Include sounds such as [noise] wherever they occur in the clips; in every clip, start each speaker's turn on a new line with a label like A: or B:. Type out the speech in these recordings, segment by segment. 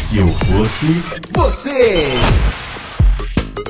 A: Se eu fosse você!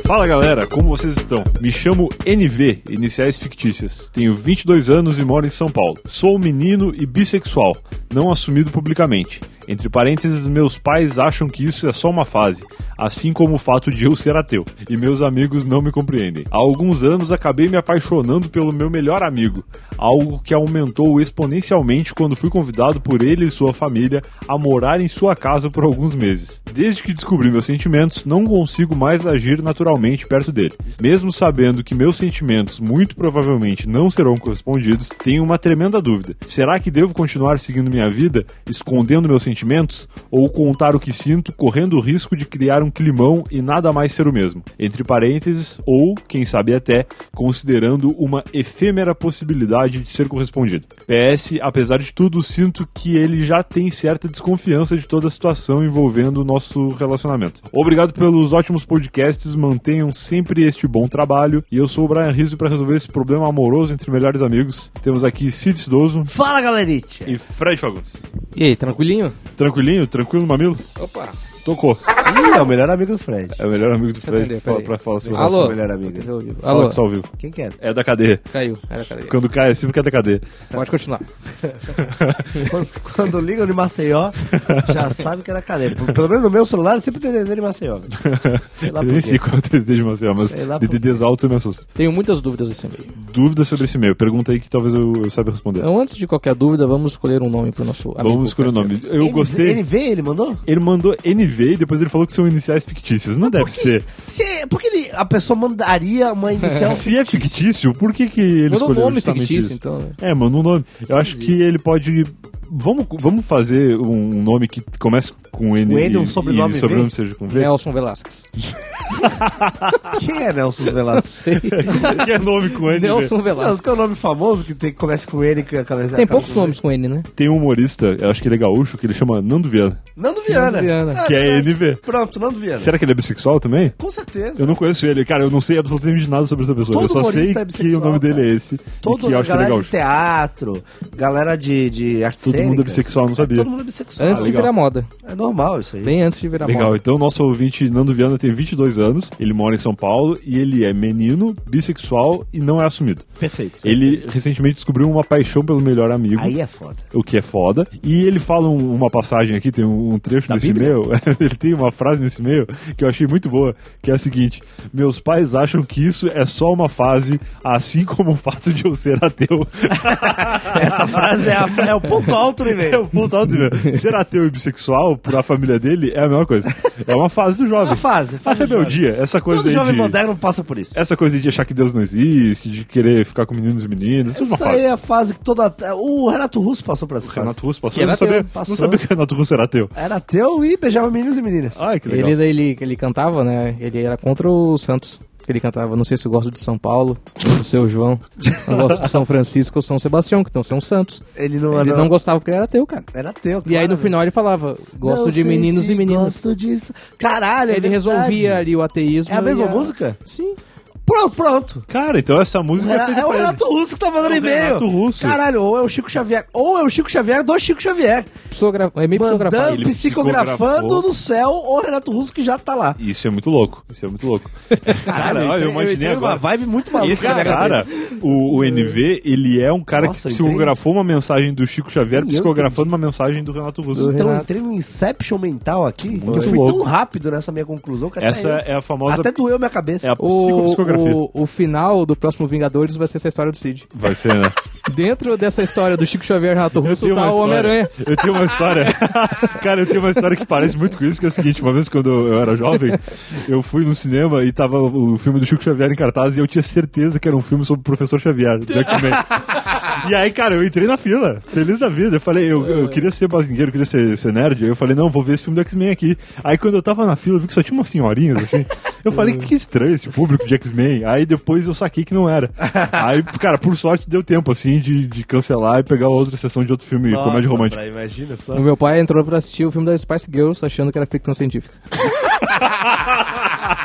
B: Fala galera, como vocês estão? Me chamo NV, iniciais fictícias. Tenho 22 anos e moro em São Paulo. Sou menino e bissexual, não assumido publicamente. Entre parênteses, meus pais acham que isso é só uma fase, assim como o fato de eu ser ateu, e meus amigos não me compreendem. Há alguns anos acabei me apaixonando pelo meu melhor amigo, algo que aumentou exponencialmente quando fui convidado por ele e sua família a morar em sua casa por alguns meses. Desde que descobri meus sentimentos, não consigo mais agir naturalmente perto dele. Mesmo sabendo que meus sentimentos muito provavelmente não serão correspondidos, tenho uma tremenda dúvida. Será que devo continuar seguindo minha vida, escondendo meus sentimentos, ou contar o que sinto, correndo o risco de criar um climão e nada mais ser o mesmo? Entre parênteses, ou, quem sabe até, considerando uma efêmera possibilidade de ser correspondido. PS, apesar de tudo, sinto que ele já tem certa desconfiança de toda a situação envolvendo o nosso relacionamento. Obrigado pelos ótimos podcasts, mantenham sempre este bom trabalho. E eu sou o Brian Rizzo para resolver esse problema amoroso entre melhores amigos. Temos aqui Cid Cidoso
C: Fala, galerite!
B: e Fred Fagundes.
D: E aí, tranquilinho?
B: Tranquilinho? Tranquilo, mamilo?
D: Opa!
B: Tocou.
C: Ih, é o melhor amigo do Fred.
B: É o melhor amigo do Fred
D: Atender,
B: pra,
D: peraí.
B: pra falar sobre
C: Alô?
B: relação.
C: sou o melhor amigo.
D: TV ao vivo.
B: Fala
D: Alô,
B: que só ouviu.
C: Quem que é?
B: É da cadeia.
D: caiu. Era, cadê?
B: Quando cai é sempre que é da cadeia.
D: Pode continuar.
C: Quando, [laughs] quando ligam de Maceió, já sabe que era cadeia. P- Pelo menos no meu celular sempre tem DDD de Maceió. velho. Sei lá
B: Eu
C: por
B: nem
C: quê.
B: sei qual é o DDD de Maceió, mas
C: Sei lá por
B: DDDs altos me assusta.
D: Tenho muitas dúvidas desse e-mail.
B: Dúvidas sobre esse e-mail? Pergunta aí que talvez eu, eu saiba responder.
D: Então, antes de qualquer dúvida, vamos escolher um nome pro nosso amigo.
B: Vamos escolher o nome. Eu
C: NZ
B: gostei.
C: NV ele mandou?
B: Ele mandou NV e depois ele falou que são iniciais fictícios. Não deve ser.
C: Se, por que ele, a pessoa mandaria uma
B: [laughs]
C: inicial?
B: Se é fictício, por que, que ele
D: Manda um
B: escolheu
D: nome
B: justamente
D: fictício,
B: isso?
D: então, né?
B: É, manda um nome. Eu acho que ele pode... Vamos, vamos fazer um nome que comece com N,
C: Um N, um
B: e-
C: sobrenome
B: e
C: V?
B: sobrenome seja com V.
D: Nelson Velasquez.
C: Quem é Nelson Velasco?
B: [laughs] que é nome com N. V?
D: Nelson
C: Não, que é
D: Velasquez.
C: um nome famoso que tem, que começa com ele que a
B: é
C: cabeça.
D: Tem
C: a cabeça-
D: poucos nomes com N, né?
B: Tem um humorista, eu acho que ele é gaúcho, que ele chama Nando Viana,
C: Nando Viana.
D: Nando Viana.
C: Ah,
B: que é
C: tá.
B: NV.
C: Pronto, Nando Viana.
B: Será que ele é bissexual também?
C: Com certeza.
B: Eu não conheço ele, cara, eu não sei absolutamente nada sobre essa pessoa.
C: Todo
B: eu só
C: humorista
B: sei
C: é
B: que o
C: bissexual,
B: nome dele
C: cara.
B: é esse e
C: Todo
B: que eu acho que ele é
C: galera de
B: gaúcho.
C: teatro, galera de, de artes
B: Todo mundo é
C: cênicas.
B: bissexual, não sabia.
C: Todo mundo é bissexual.
D: Antes
B: Ah,
D: de
B: legal.
D: virar moda.
C: É normal isso aí.
D: Bem antes de virar
B: Legal,
D: moda.
B: então nosso ouvinte Nando Viana tem 22 anos, ele mora em São Paulo e ele é menino, bissexual e não é assumido.
C: Perfeito.
B: Ele recentemente descobriu uma paixão pelo melhor amigo.
C: Aí é foda.
B: o que é foda. E ele fala um- uma passagem aqui, tem um, um trecho nesse
C: Bíblia?
B: e-mail. [laughs] ele tem uma frase nesse e-mail que eu achei muito boa, que é a seguinte: Meus pais acham que isso é só uma fase, assim como o fato de eu ser ateu.
C: Essa frase é, a- [laughs] é o ponto alto do
B: é o
C: e-mail.
B: ponto alto do e-mail. Ser ateu e bissexual pra família dele é a mesma coisa. É uma fase do
C: É
B: jovem.
C: a fase.
B: A
C: fase do jovem.
B: rebeldia, essa coisa
C: Todo
B: aí
C: jovem
B: de...
C: moderno passa por isso.
B: Essa coisa de achar que Deus não existe, de querer ficar com meninos e meninas, isso é uma
C: Essa aí
B: fase.
C: é a fase que toda. O Renato Russo passou por essa fase.
B: Renato Russo passou,
D: Que
B: eu não
D: era
B: sabia,
D: ateu,
B: não
C: passou.
B: sabia que o Renato Russo era ateu.
C: Era teu e beijava meninos e meninas.
B: Ai, que legal.
D: Ele, ele, ele cantava, né? Ele era contra o Santos. que Ele cantava, não sei se eu gosto de São Paulo, do seu João. Não gosto de São Francisco ou São Sebastião, que então são Santos.
C: Ele não
D: Ele
C: era.
D: não gostava porque ele era teu, cara.
C: Era teu.
D: E aí no final ele falava, gosto de meninos e meninas.
C: Gosto disso. Caralho, é
D: Ele
C: verdade.
D: resolvia ali o ateísmo.
C: É a mesma
D: e
C: música?
D: Sim.
C: Pronto, pronto.
B: Cara, então essa música é
C: Era-
B: feita
C: é o
B: pra ele.
C: Renato Russo que tá mandando
B: É o
C: e-mail.
B: Renato Russo.
C: Caralho, ou é o Chico Xavier. Ou é o Chico Xavier do Chico Xavier.
D: Psogra... É meio psicografado.
C: Mandando,
B: Ele
C: psicografando
B: psicografou.
C: no céu o Renato Russo que já tá lá.
B: Isso é muito louco. Isso é
C: [laughs]
B: muito louco. Cara,
C: então
B: olha, eu imaginei
C: entrei numa
B: agora.
C: vibe muito maluca.
B: Esse cara, o, o NV, ele é um cara
C: Nossa,
B: que
C: eu
B: psicografou uma mensagem do Chico Xavier,
C: Ih, eu
B: psicografando uma mensagem do Renato Russo.
C: Então eu
D: Renato.
C: entrei num inception mental aqui, que eu fui
B: louco.
C: tão rápido nessa minha conclusão que até,
B: Essa
C: eu-
B: é a famosa.
C: até doeu minha cabeça.
B: É a
D: O,
B: psicopsicografia.
D: o, o final do próximo Vingadores vai ser essa história do Cid.
B: Vai ser, né?
D: Dentro dessa história do Chico Xavier e
B: [laughs]
D: Renato Russo tá o
B: história-
D: Homem-Aranha.
B: Eu tenho uma história. Cara, eu tenho uma história que parece muito com isso, que é o seguinte: uma vez quando eu era jovem, eu fui no cinema e tava o filme do Chico Xavier em cartaz e eu tinha certeza que era um filme sobre o professor Xavier, do X-Men. E aí, cara, eu entrei na fila, feliz da vida. Eu falei, eu, eu queria ser bazingueiro, eu queria ser, ser nerd. Aí eu falei, não, vou ver esse filme do X-Men aqui. Aí quando eu tava na fila, eu vi que só tinha umas senhorinhas, assim. Eu falei, que estranho esse público de X-Men. Aí depois eu saquei que não era. Aí, cara, por sorte deu tempo, assim, de, de cancelar e pegar outra sessão de outro filme,
C: Nossa,
B: comédia romântica.
C: pra- Imagina só.
D: O meu pai entrou pra assistir o filme da Spice Girls achando que era
B: [laughs]
D: ficção científica.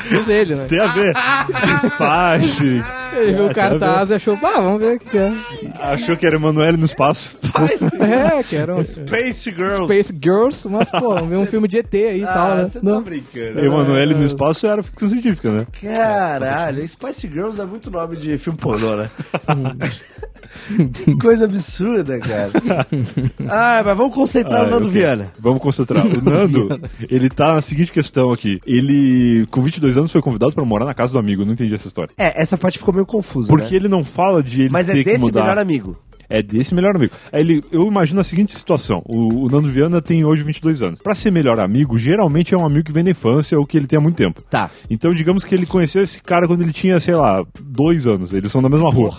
D: Diz ele, né?
B: Tem a ver. Spice,
D: Ele viu o cartaz e achou, ah, vamos ver o que que é.
B: Achou que era Emanuele no espaço.
D: É, que era um
B: Space Girls.
D: Space Girls, mas, pô, vamos ver um filme de ET aí e tal, né?
C: você tá
D: Não.
C: brincando.
B: Emanuele no espaço era ficção científica, né?
C: Caralho, Spice Girls é muito nome de filme pornô, né? que coisa absurda,
B: [laughs]
C: cara. Ah, mas vamos concentrar
B: Ah,
C: no Nando
B: ok.
C: Viana.
B: Vamos concentrar.
C: [laughs]
B: O Nando, ele tá na seguinte questão aqui. Ele, com 22 anos, foi convidado pra morar na casa do amigo. Não entendi essa história.
C: É, essa parte ficou meio confusa.
B: Porque
C: né?
B: ele não fala de ele
C: Mas
B: ter
C: é
B: que
C: desse
B: mudar.
C: melhor amigo.
B: É desse melhor amigo. Aí ele, eu imagino a seguinte situação: o, o Nando Viana tem hoje 22 anos. Pra ser melhor amigo, geralmente é um amigo que vem da infância ou que ele tem há muito tempo.
C: Tá.
B: Então, digamos que ele conheceu esse cara quando ele tinha, sei lá, dois anos. Eles são da mesma rua.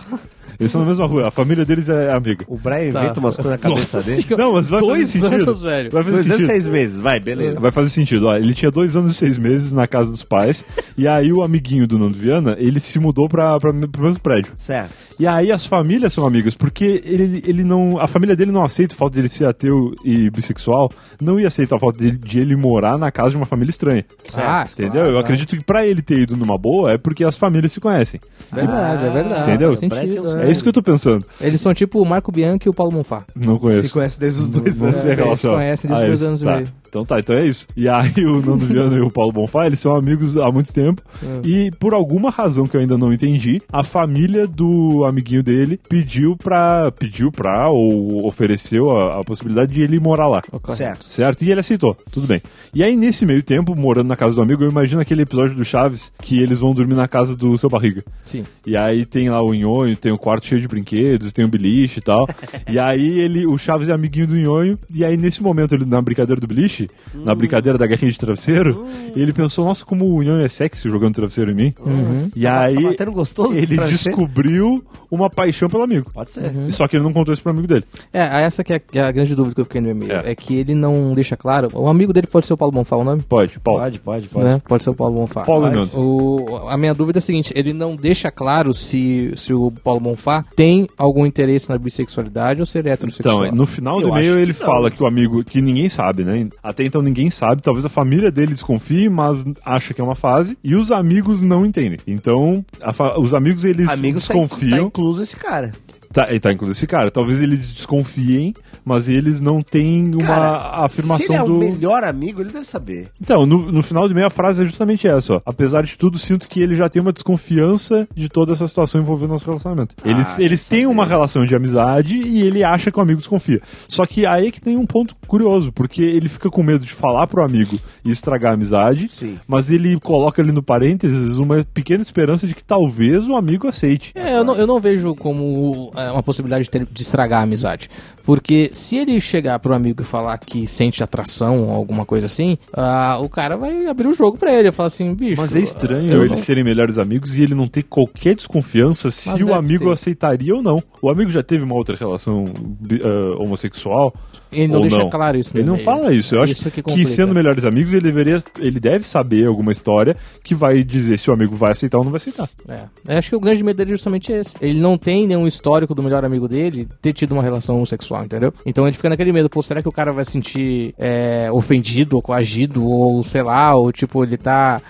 B: Eles são da mesma rua. A família deles é amiga.
C: O Brian inventa umas coisas na cabeça
D: Tá. Nossa [laughs]
C: dele.
D: senhora.
B: Não, mas vai
D: Dois
B: fazer sentido.
D: anos, velho.
B: Vai fazer
C: Dois anos
B: sentido.
C: e seis meses, vai, beleza.
B: Vai fazer sentido. Ó, ele tinha dois anos e seis meses na casa dos pais. e aí o amiguinho do Nando Viana, ele se mudou para pro mesmo prédio.
C: Certo.
B: E aí as famílias são amigas, porque ele, ele não. A família dele não aceita o fato de ele ser ateu e bissexual. Não ia aceitar o fato de, de ele morar na casa de uma família estranha.
D: Ah,
B: Entendeu? Eu
D: claro.
B: acredito que pra ele ter ido numa boa é porque as famílias se conhecem.
D: Verdade, é verdade.
B: Ah, Entendeu?
D: Faz sentido,
C: Brian tem uns-
B: É isso que eu tô pensando.
D: Eles são tipo o Marco Bianchi e o Paulo Monfá.
B: Não conheço.
C: Se conhece desde os dois
B: Não
C: anos.
B: sei a
D: eles
B: relação.
D: conhecem desde dois
B: isso,
D: anos e
B: tá.
D: meio.
B: Então tá, então é isso. E aí o
D: [laughs]
B: Nando Viana e o Paulo Bonfá, eles são amigos há muito tempo.
D: É.
B: E por alguma razão que eu ainda não entendi, a família do amiguinho dele pediu pra. pediu pra, ou ofereceu a, a possibilidade de ele morar lá.
D: Ó, claro.
C: Certo.
B: Certo? E ele aceitou, tudo bem. E aí, nesse meio tempo, morando na casa do amigo, eu imagino aquele episódio do Chaves que eles vão dormir na casa do seu barriga.
D: Sim.
B: E aí tem lá o Nhonho, tem o quarto cheio de brinquedos, tem o biliche e tal. e aí ele, o Chaves é amiguinho do Nhonho, e aí nesse momento, ele, na brincadeira do biliche, na brincadeira da guerrinha de travesseiro, ele pensou, nossa, como o Nhonho é sexy jogando travesseiro em mim.
D: Uhum.
B: E
C: Tá
B: aí
C: batendo gostoso com esse
B: ele
C: travesseiro?
B: descobriu uma paixão pelo amigo.
C: Pode ser.
D: Uhum.
B: Só que ele não contou isso pro amigo dele.
D: É, a- essa que é que é a grande dúvida que eu fiquei no e-mail.
B: É.
D: É. que ele não deixa claro. O amigo dele pode ser o Paulo Bonfá, o nome?
B: Pode, Paulo.
C: Pode, pode, pode.
D: Né? Pode ser o Paulo Bonfá.
B: Paulo e
C: Pode.
B: Nando.
D: O- a minha dúvida é a seguinte: ele não deixa claro se, se o Paulo Bonfá tem algum interesse na bissexualidade ou se ele é heterossexual.
B: Então, no final do
C: né? Eu acho
B: e-mail
C: que
B: ele
C: não.
B: fala que o amigo, que ninguém sabe, né? Até então ninguém sabe, talvez a família dele desconfie, mas acha que é uma fase, e os amigos não entendem. Então, a fa- os amigos eles
C: Amigos tá in- Tá
B: desconfiam.
C: incluso esse cara.
B: Tá, e tá incluso esse cara. Talvez eles desconfiem, mas eles não têm uma
C: Cara,
B: afirmação
C: Se ele é
B: do.
C: o melhor amigo, ele deve saber.
B: Então, no, no final do e-mail a frase é justamente essa, ó. Apesar de tudo, sinto que ele já tem uma desconfiança de toda essa situação envolvendo nosso relacionamento. eles
C: quer
B: eles têm uma relação de amizade e ele acha que o amigo desconfia. Só que aí que tem um ponto curioso, porque ele fica com medo de falar pro amigo e estragar a amizade,
C: Sim.
B: mas ele coloca ali no parênteses uma pequena esperança de que talvez o amigo aceite.
D: É, eu não, eu não vejo como é, uma possibilidade de, ter- de estragar a amizade. Porque se ele chegar pro amigo e falar que sente atração ou alguma coisa assim, ah, o cara vai abrir o jogo pra ele. Falar assim, bicho.
B: Mas é
D: ah, eu
B: estranho eles
D: não-
B: serem melhores amigos e ele não ter qualquer desconfiança se
D: Mas é
B: o
D: deve
B: amigo
D: ter.
B: aceitaria ou não. O amigo já teve uma outra relação bi- ah, homossexual.
D: Ele não
B: ou
D: deixa claro isso no
B: Ele não
D: e-mail.
B: fala isso. Eu
D: é Isso
B: acho que,
D: que complica.
B: sendo melhores amigos, ele deveria. Ele deve saber alguma história que vai dizer se o amigo vai aceitar ou não vai aceitar.
D: É. Eu acho que o grande medo dele é justamente esse. Ele não tem nenhum histórico do melhor amigo dele ter tido uma relação homossexual, entendeu? Então ele fica naquele medo, pô, será que o cara vai se sentir é, ofendido ou coagido, ou sei lá, ou tipo, ele tá.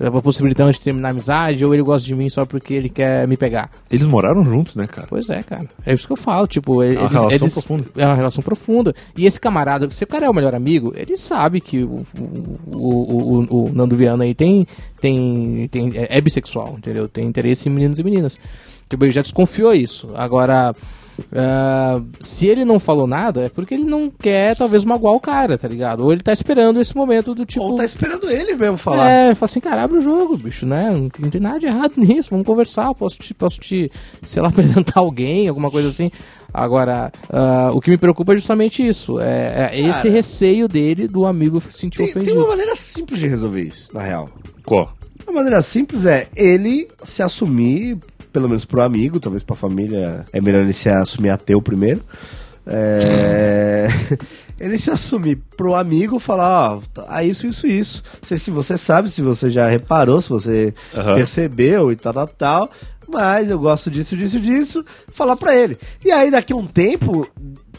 D: é, possibilitando de terminar a amizade, ou ele gosta de mim só porque ele quer me pegar.
B: Eles moraram juntos, né, cara?
D: Pois é, cara. É isso que eu falo, tipo, eles,
B: uma relação
D: eles-
B: profunda.
D: É uma relação profunda. E esse camarada, se o cara é o melhor amigo, ele sabe que o, o, o, o- o Nando Viana aí tem, tem, tem é, é bissexual, entendeu? Tem interesse em meninos e meninas. Tipo, ele já desconfiou isso. Agora, ah, se ele não falou nada, é porque ele não quer, talvez, magoar o cara, tá ligado? Ou ele tá esperando esse momento do tipo...
C: Ou tá esperando ele mesmo falar.
D: É, fala assim, cara, abre o jogo, bicho, né? Não, não tem nada de errado [laughs] nisso, vamos conversar, posso te, posso te sei lá, [laughs] apresentar alguém, alguma coisa assim. Agora, ah, o que me preocupa é justamente isso, é, é esse receio dele do amigo se sentir
C: Tem, tem
D: ofendido.
C: uma maneira simples de resolver isso, na real.
B: Qual?
C: Uma maneira simples é ele se assumir, pelo menos pro amigo, talvez pra família, é melhor ele se assumir ateu primeiro. É, [laughs] ele se assumir pro amigo falar, ó, tá- ah, isso, isso, isso. Não sei se você sabe, se você já reparou, se você
B: Aham.
C: percebeu e tal, tal, tal. Mas eu gosto disso, disso, disso. Falar pra ele. E aí, daqui a um tempo,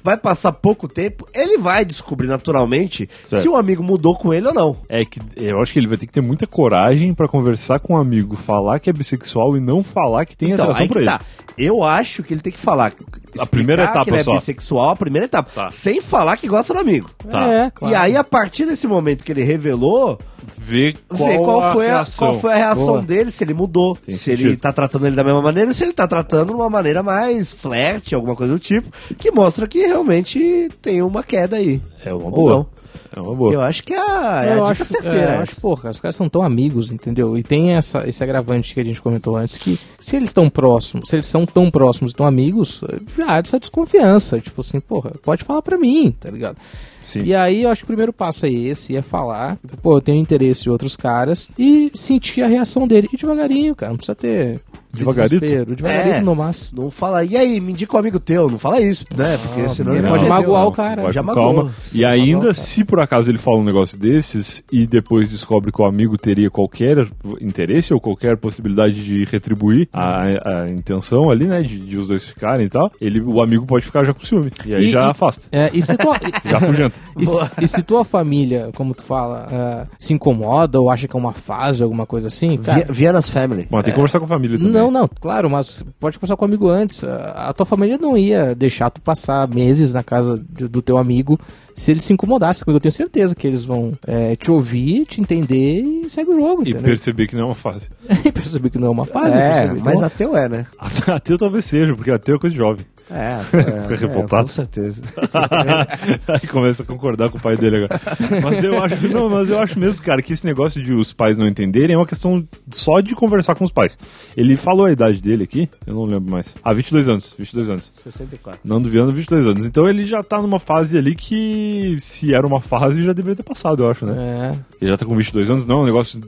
C: vai passar pouco tempo, ele vai descobrir naturalmente
B: Certo.
C: se o amigo mudou com ele ou não.
B: É que eu acho que ele vai ter que ter muita coragem pra conversar com um amigo, falar que é bissexual e não falar Então, que tem atração
C: aí
B: pra
C: que
B: ele.
C: tá. Eu acho que ele tem que falar. explicar
B: primeira etapa
C: que ele é
B: só.
C: bissexual, a primeira etapa.
B: Tá.
C: Sem falar que gosta do amigo.
B: Tá.
D: É, claro.
C: E aí, a partir desse momento que ele revelou,
B: Ver qual,
C: ver qual,
B: a
C: foi a,
B: reação.
C: qual foi a reação
D: Boa.
C: dele, se ele mudou,
B: Tem
C: se
B: sentido.
C: ele tá tratando ele da mesma maneira, ou se ele tá tratando de uma maneira mais flerte, alguma coisa do tipo, que mostra que realmente tem uma queda aí.
B: É uma
C: Ou
B: boa.
C: não.
B: É uma boa.
C: Eu acho que é a, é a
D: eu
C: dica
D: acho,
C: certeira.
D: é, eu
C: essa.
D: acho, pô, cara, os caras são tão amigos, entendeu? E tem essa, esse agravante que a gente comentou antes, que se eles estão próximos, se eles são tão próximos e tão amigos, já há essa desconfiança. Tipo assim, porra, pode falar pra mim, tá ligado?
B: Sim.
D: E aí eu acho que o primeiro passo é esse, é falar, tipo, pô, eu tenho interesse em outros caras e sentir a reação dele. E devagarinho, cara, não precisa ter
B: Devagarito?
D: desespero. Devagarito
C: É.
D: no máximo.
C: Não fala, e aí, me indica um amigo teu, não fala isso, né? Porque senão
D: ele
C: já
D: Ah, pode
C: perdeu.
D: magoar o cara.
B: Vai
C: Já
B: com
C: magoou.
B: calma. E
C: Já
B: ainda,
D: magoou, cara.
B: se por acaso ele fala um negócio desses e depois descobre que o amigo teria qualquer interesse ou qualquer possibilidade de retribuir a, a intenção ali, né? De, de os dois ficarem e tal, ele, o amigo pode ficar já com ciúme. E aí
D: E-
B: já
D: e-
B: afasta.
D: É, e se tua,
B: Já
D: [laughs]
B: afugenta.
D: E, se- e se tua família, como tu fala, ah, se incomoda ou acha que é uma fase, alguma coisa assim,
C: Vi-
D: cara.
C: Vienna's Family.
B: Mas tem que conversar com a família também.
D: Não, não, claro, mas pode conversar com o amigo antes. A a tua família não ia deixar tu passar meses na casa de- do teu amigo se ele se incomodasse comigo. Eu tenho certeza que eles vão eh, te ouvir, te entender e segue o jogo,
B: E
D: entendeu?
B: perceber que não é uma fase.
D: E perceber que não é uma fase.
C: É,
D: perceber que
C: mas
D: não-
C: ateu é, né?
B: Ateu talvez seja, porque ateu é coisa de jovem. [laughs]
C: É, ateu é,
B: Fica
C: é,
B: revoltado.
C: Com certeza.
B: Aí começa a concordar com o pai dele agora. Mas eu acho, não, mas eu acho mesmo, cara, que esse negócio de os pais não entenderem é uma questão só de conversar com os pais. Ele falou a idade dele aqui, eu não lembro mais. Ah, 22 anos, 22 anos.
C: 64.
B: Nando Viana, 22 anos. Então ele já tá numa fase ali que, se era uma fase, já deveria ter passado, eu acho, né?
D: É.
B: Ele já tá com 22 anos, não é um negócio,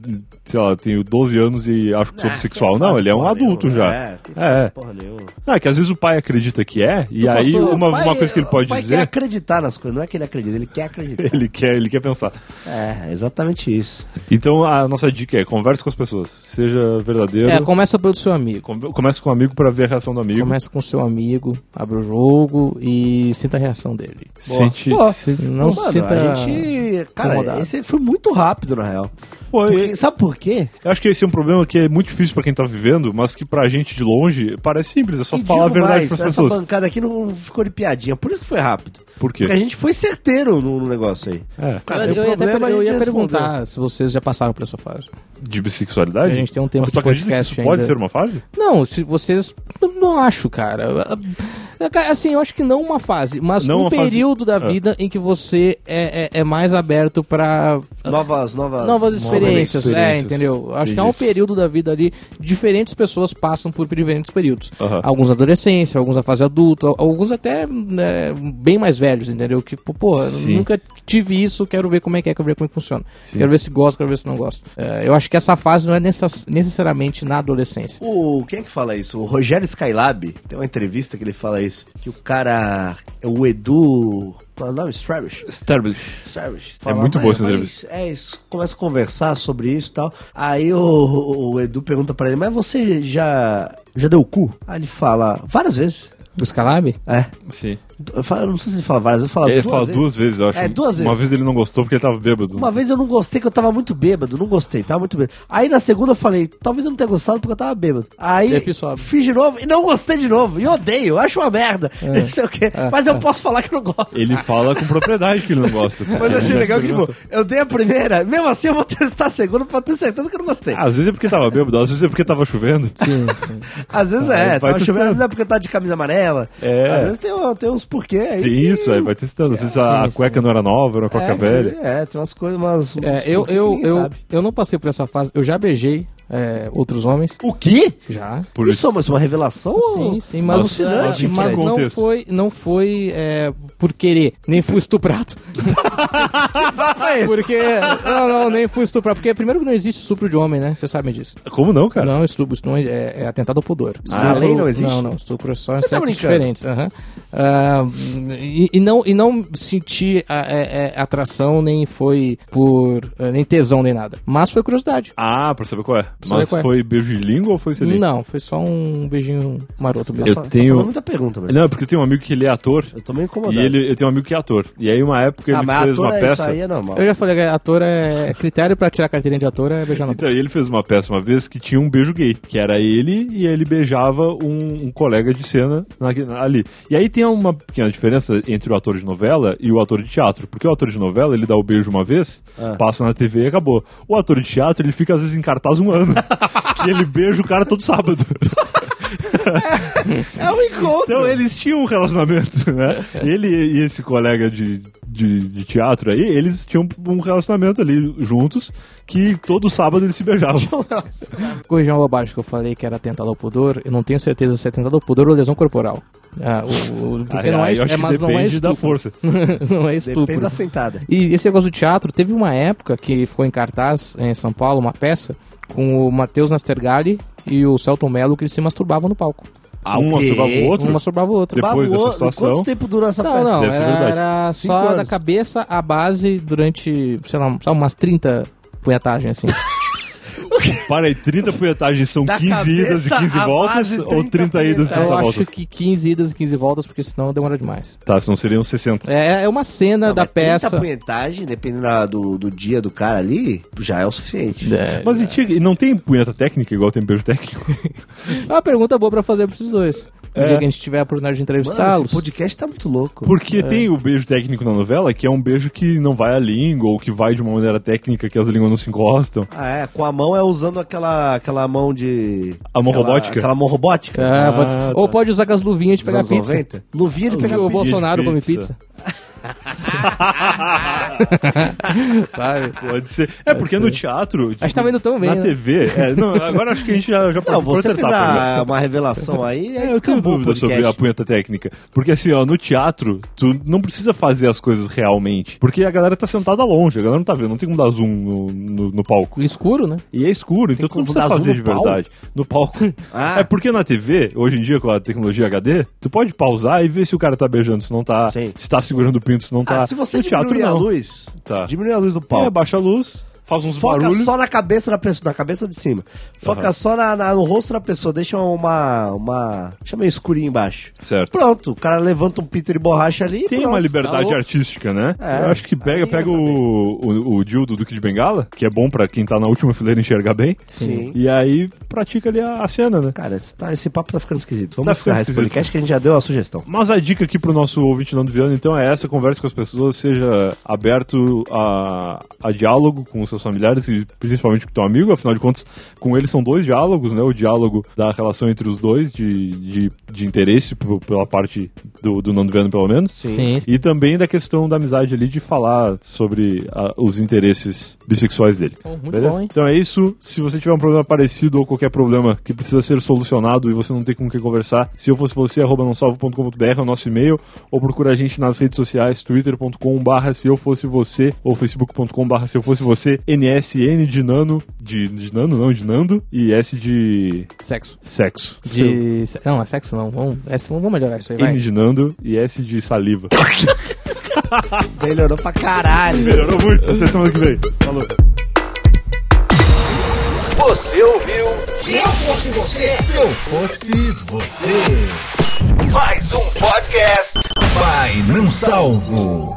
B: sei lá, tenho 12 anos e acho que sou bissexual. Não, ele é um adulto já.
C: É, que
B: É.
C: fase porra nenhuma.
B: Não, é que às vezes o pai acredita que é, e
D: Tu
B: aí
D: passou-
B: uma,
C: O pai- é,
B: uma coisa que ele pode
C: o pai
B: dizer,
C: quer acreditar nas coisas, não é que ele acredita, ele quer acreditar.
B: ele quer, ele quer pensar.
C: É, exatamente isso.
B: Então a nossa dica é: converse com as pessoas, seja verdadeiro.
D: É, começa pelo seu amigo.
B: com- Comece com um amigo pra ver a reação do amigo.
D: Começa com seu amigo, abre o jogo e sinta a reação dele.
B: Sente.
C: Boa.
B: se-
D: Não
C: Mano,
D: sinta.
C: a gente... Cara,
D: incomodado.
C: esse foi muito rápido, na real.
B: Foi.
C: Porque- sabe por quê?
B: Eu acho que esse é um problema que é muito difícil pra quem tá vivendo, mas que pra gente de longe parece simples, é só
C: E
B: falar a
C: digo
B: verdade
C: mais, é
B: pras
C: essa
B: pessoas.
C: bancada aqui não ficou de piadinha, por isso que foi rápido.
B: Por quê?
C: Porque a gente foi certeiro no, no negócio aí.
B: É,
D: Eu,
C: o
D: eu ia, até
C: problema
D: per-
C: a
D: eu
C: gente
D: ia
C: respondeu.
D: perguntar se vocês já passaram por essa fase.
B: de bissexualidade?
D: A gente tem um tempo
B: mas tu
D: de
B: acredita que
D: podcast
B: isso pode
D: ainda.
B: ser uma fase?
D: Não, se vocês. Não, não acho, cara. Ah, cara, Assim, eu acho que não uma fase, mas
B: Não
D: um
B: uma fase-
D: período
C: É.
D: da
B: Ah.
D: vida em que você é, é, é mais aberto pra
C: Novas, novas...
D: Ah. novas experiências. É,
B: experiências.
D: entendeu? Acho que é
B: Entendi.
D: um período da vida ali. Diferentes pessoas passam por diferentes períodos.
B: Aham.
D: Alguns na adolescência, alguns na fase adulta, alguns até né, bem mais velhos, entendeu? Que, pô, pô, eu
B: Sim.
D: nunca tive isso, quero ver como é que é, quero ver como é que funciona.
B: Sim.
D: Quero ver se gosto, quero ver se não gosto. É, eu acho que essa fase não é necess- necessariamente na adolescência.
C: O, quem é que fala isso? O Rogério Skylab, tem uma entrevista que ele fala isso, que o cara, é o Edu, qual é o nome? Strabish?
B: Establish.
C: Sabe?
B: muito boa essa
C: mas
B: entrevista.
C: É isso. Começa a conversar sobre isso e tal. Aí o, o- o Edu pergunta pra ele, mas você já, já deu o cu? Aí ele fala, várias vezes.
D: O Scalab?
C: É.
B: Sim.
C: Eu, falo- eu não sei se ele fala várias vezes, eu falo
B: Ele
C: duas
B: fala
C: vezes.
B: duas vezes, eu acho.
C: É, duas
B: Uma
C: vezes.
B: vez ele não gostou porque ele tava bêbado.
C: Uma vez eu não gostei, que eu tava muito bêbado, não gostei, tava muito bêbado. Aí na segunda eu falei, talvez eu não tenha gostado porque eu tava bêbado.
D: Você
C: Aí
D: é sobe.
C: fiz de novo e não gostei de novo. E odeio, eu acho uma merda. [laughs]
D: É.
C: Não sei o quê. Mas eu posso falar que eu não gosto.
B: Ele fala com propriedade que ele não
C: [laughs]
B: gosta.
C: Mas eu achei
B: Ele
C: legal que,
B: experimentou.
C: tipo, eu dei a primeira, mesmo assim eu vou [laughs] testar a segunda pra ter certeza que eu não gostei.
B: Às vezes é porque tava bêbado, às vezes é porque tava chovendo.
D: Sim, sim.
C: Às vezes
B: Aí
C: é,
B: Ah, vai
C: tava chovendo,
B: testando.
C: às vezes é porque tá de camisa amarela.
B: É.
C: Às vezes tem, um, tem uns porquê aí.
B: Tem
C: que-
B: isso, aí vai testando. Às vezes
D: Sim,
B: a
D: sim.
B: cueca não era nova, era uma cueca
C: É,
B: velha.
C: É, tem umas coisas, mas.
D: É, eu, eu, eu, eu não passei por essa fase. Eu já beijei é, outros homens.
C: O quê?
D: Já.
B: Por
C: isso, mas uma revelação?
D: Sim, sim, mas,
C: Alucinante,
D: ah, mas
B: cara.
D: não
B: Contexto.
D: foi, não foi é, por querer, nem fui
C: [laughs]
D: estuprado. porque. Não, não, nem fui estuprado. Porque primeiro que não existe estupro de homem, né? Vocês sabem disso.
B: Como não, cara?
D: Não, estupro, isso não é, é- é atentado ao pudor.
C: Tá. Ah, a
D: Estupro-
C: lei não existe?
D: Não, não, estupro é só em
C: Você tá
D: sexos
C: brincando?
D: diferentes. aham. Ah, e, e não, e não senti ah, é, eh, é, atração, nem foi por. ah, nem tesão, nem nada. Mas foi curiosidade.
B: Ah, pra saber qual é.
D: Só
B: Mas
D: ver qual é.
B: foi beijo de língua ou foi selinho?
D: Não, foi só um beijinho maroto mesmo.
B: Eu
C: Tá fa- tá
B: tenho-
C: fazendo muita pergunta, velho.
B: Não, é porque eu tenho um amigo que ele é ator.
C: Eu tô meio incomodado.
B: E ele, eu tenho um amigo que é ator. E aí, uma época,
C: ah,
B: ele
C: mas
B: fez
C: ator
B: uma
C: é isso
B: peça.
C: aí, é normal.
D: Eu já falei que ator é. Critério pra tirar a carteirinha de ator é beijar na boca.
B: Então, e ele fez uma peça uma vez que tinha um beijo gay, que era ele e ele beijava um, um colega de cena na- na- ali. E aí tem uma pequena diferença entre o ator de novela e o ator de teatro, porque o ator de novela ele dá o beijo uma vez, passa na TV e acabou. O ator de teatro ele fica às vezes em cartaz um ano, [laughs] que ele beija o cara todo sábado.
C: É um encontro.
B: Então eles tinham um relacionamento, [laughs] né? Ele e esse colega de, de, de teatro aí, eles tinham um relacionamento ali juntos, que todo sábado eles se beijavam. Então,
D: Corrigir uma bobagem que eu falei que era atentado ao pudor, eu não tenho certeza se é atentado ao pudor ou lesão corporal. Ah,
B: [laughs]
D: o, o- porque não é,
B: Aí eu acho
D: é,
B: que
D: mas não é
B: depende da
D: estupro.
B: força.
D: [laughs] não é estupro.
C: [laughs] Depende da sentada.
D: E esse negócio do teatro, teve uma época que ficou em cartaz em São Paulo, uma peça, com o Matheus Nastergalli e o Celton Mello, que eles se masturbavam no palco.
B: Ah, um
C: O quê?
B: masturbava o outro?
D: Um masturbava o outro.
B: Depois
C: Babuou-
B: dessa situação-
C: Quanto tempo durou essa
D: Não,
C: peça?
D: não,
B: deve ser
D: era,
B: verdade.
D: era
C: Cinco
D: só da
C: anos.
D: cabeça à base durante, sei lá, só umas 30 punhetagens, assim.
B: Para aí, 30 punhetagens são
C: Da
B: 15 idas e
C: cabeça
B: 15
C: à
B: voltas
C: base,
B: ou 30 idas e
C: Tá,
B: 30
D: Eu
B: voltas?
D: acho que 15 idas e 15 voltas, porque senão demora demais.
B: Tá, senão seriam 60.
D: É, é uma cena da peça.
C: punhetagem, dependendo da- do, do dia do cara ali, já é o suficiente. [laughs]
D: É,
B: Mas e tinha- e não tem punheta técnica igual tem beijo
D: [laughs]
B: técnico?
D: é uma pergunta boa pra fazer pra esses dois. No
B: É.
D: dia que a gente tiver a oportunidade de
C: Mano, esse
D: entrevistá-los.
C: podcast tá muito louco.
D: É.
B: Porque tem o beijo técnico na novela, que é um beijo que não vai à língua, ou que vai de uma maneira técnica que as línguas não se encostam.
C: Ah, é, com a mão é usando aquela, aquela mão de...
B: A mão
C: aquela-
B: robótica?
C: Aquela mão robótica.
D: É, pode ser.
B: Ah,
D: Ou pode usar com as luvinhas de
C: dos
D: pegar
C: tá. anos
D: pizza.
C: 90. Luvinha de
D: Porque
C: pegar
D: o
C: pizza.
D: Bolsonaro come
B: pizza.
D: pizza. [laughs] Sabe?
B: Pode ser. É, porque no teatro. tipo,
D: A gente tá vendo tão bem,
B: Na
D: né?
B: TV. é, não, agora acho que a gente já, já
C: Não,
B: passou por
C: você
B: outra
C: fez
B: etapa, né?
C: a- uma revelação aí, aí
B: É, eu tenho
C: descambou o
B: dúvida
C: podcast.
B: sobre a punheta técnica. Porque assim, ó, no teatro, tu não precisa fazer as coisas realmente. Porque a galera tá sentada longe, a galera não tá vendo, não tem como dar zoom no, no- no palco.
D: Escuro, né?
B: E é escuro, então tu
C: como
B: não precisa
C: dar zoom
B: fazer
C: no
B: de verdade. No palco.
C: Ah.
B: É porque na TV, hoje em dia, com a tecnologia HD, tu pode pausar e ver se o cara tá beijando, se não tá.
C: Sim.
B: Se tá segurando o pinto, se não tá.
C: Ah, se você
B: no teatro,
C: diminuir a
B: não.
C: luz,
B: Tá.
C: diminui a luz do
B: É,
C: palco.
B: abaixa a luz, faz uns
C: Foca
B: barulhos.
C: só na cabeça da pessoa, na cabeça de cima. Foca
B: Aham.
C: só na, na- no rosto da pessoa, deixa uma. uma deixa meio escurinho embaixo.
B: Certo.
C: Pronto, o cara levanta um pinto de borracha ali. e
B: Tem
C: pronto.
B: uma liberdade
D: Tá louco.
B: artística, né?
C: É.
B: Eu acho que pega,
C: Aí
B: pega
C: eu
B: o, o, o dildo do Kid Bengala, que é bom pra quem tá na última fileira enxergar bem.
C: Sim.
B: E aí pratica ali a, a cena, né?
C: Cara, esse, tá- esse papo tá ficando esquisito. Vamos
B: Tá ficando
C: encerrar esse
B: esquisito.
C: podcast que a gente já deu a sugestão.
B: Mas a dica aqui pro nosso ouvinte Nando Viana, então, é essa: converse com as pessoas, seja aberto a, a diálogo com os seus familiares e principalmente com o teu amigo. Afinal de contas, com eles são dois diálogos, né? O diálogo da relação entre os dois, de, de, de interesse p- pela parte do, do Nando Viana, pelo menos.
D: Sim.
B: E também da questão da amizade ali, de falar sobre ah, os interesses bissexuais dele.
D: Oh, muito
B: Beleza?
D: bom, hein?
B: Então é isso. Se você tiver um problema parecido ou qualquer problema que precisa ser solucionado e você não tem com quem conversar, se eu fosse você, arroba nãosalvo.com.br é o nosso e-mail, ou procura a gente nas redes sociais, twitter.com barra se eu fosse você, ou facebook.com barra se eu fosse você, NSN de nano, de, de nano não, de nando, e S de
D: Sexo.
B: sexo. [laughs]
D: De. se- Não, é sexo não. Vamos, é, vamos melhorar isso aí, vai.
B: N de nando e S de saliva.
C: Melhorou pra caralho.
B: Melhorou muito. Até semana que vem. Falou.
A: Você ouviu? Se eu fosse você. Se eu fosse você. Mais um podcast. Vai, não salvo.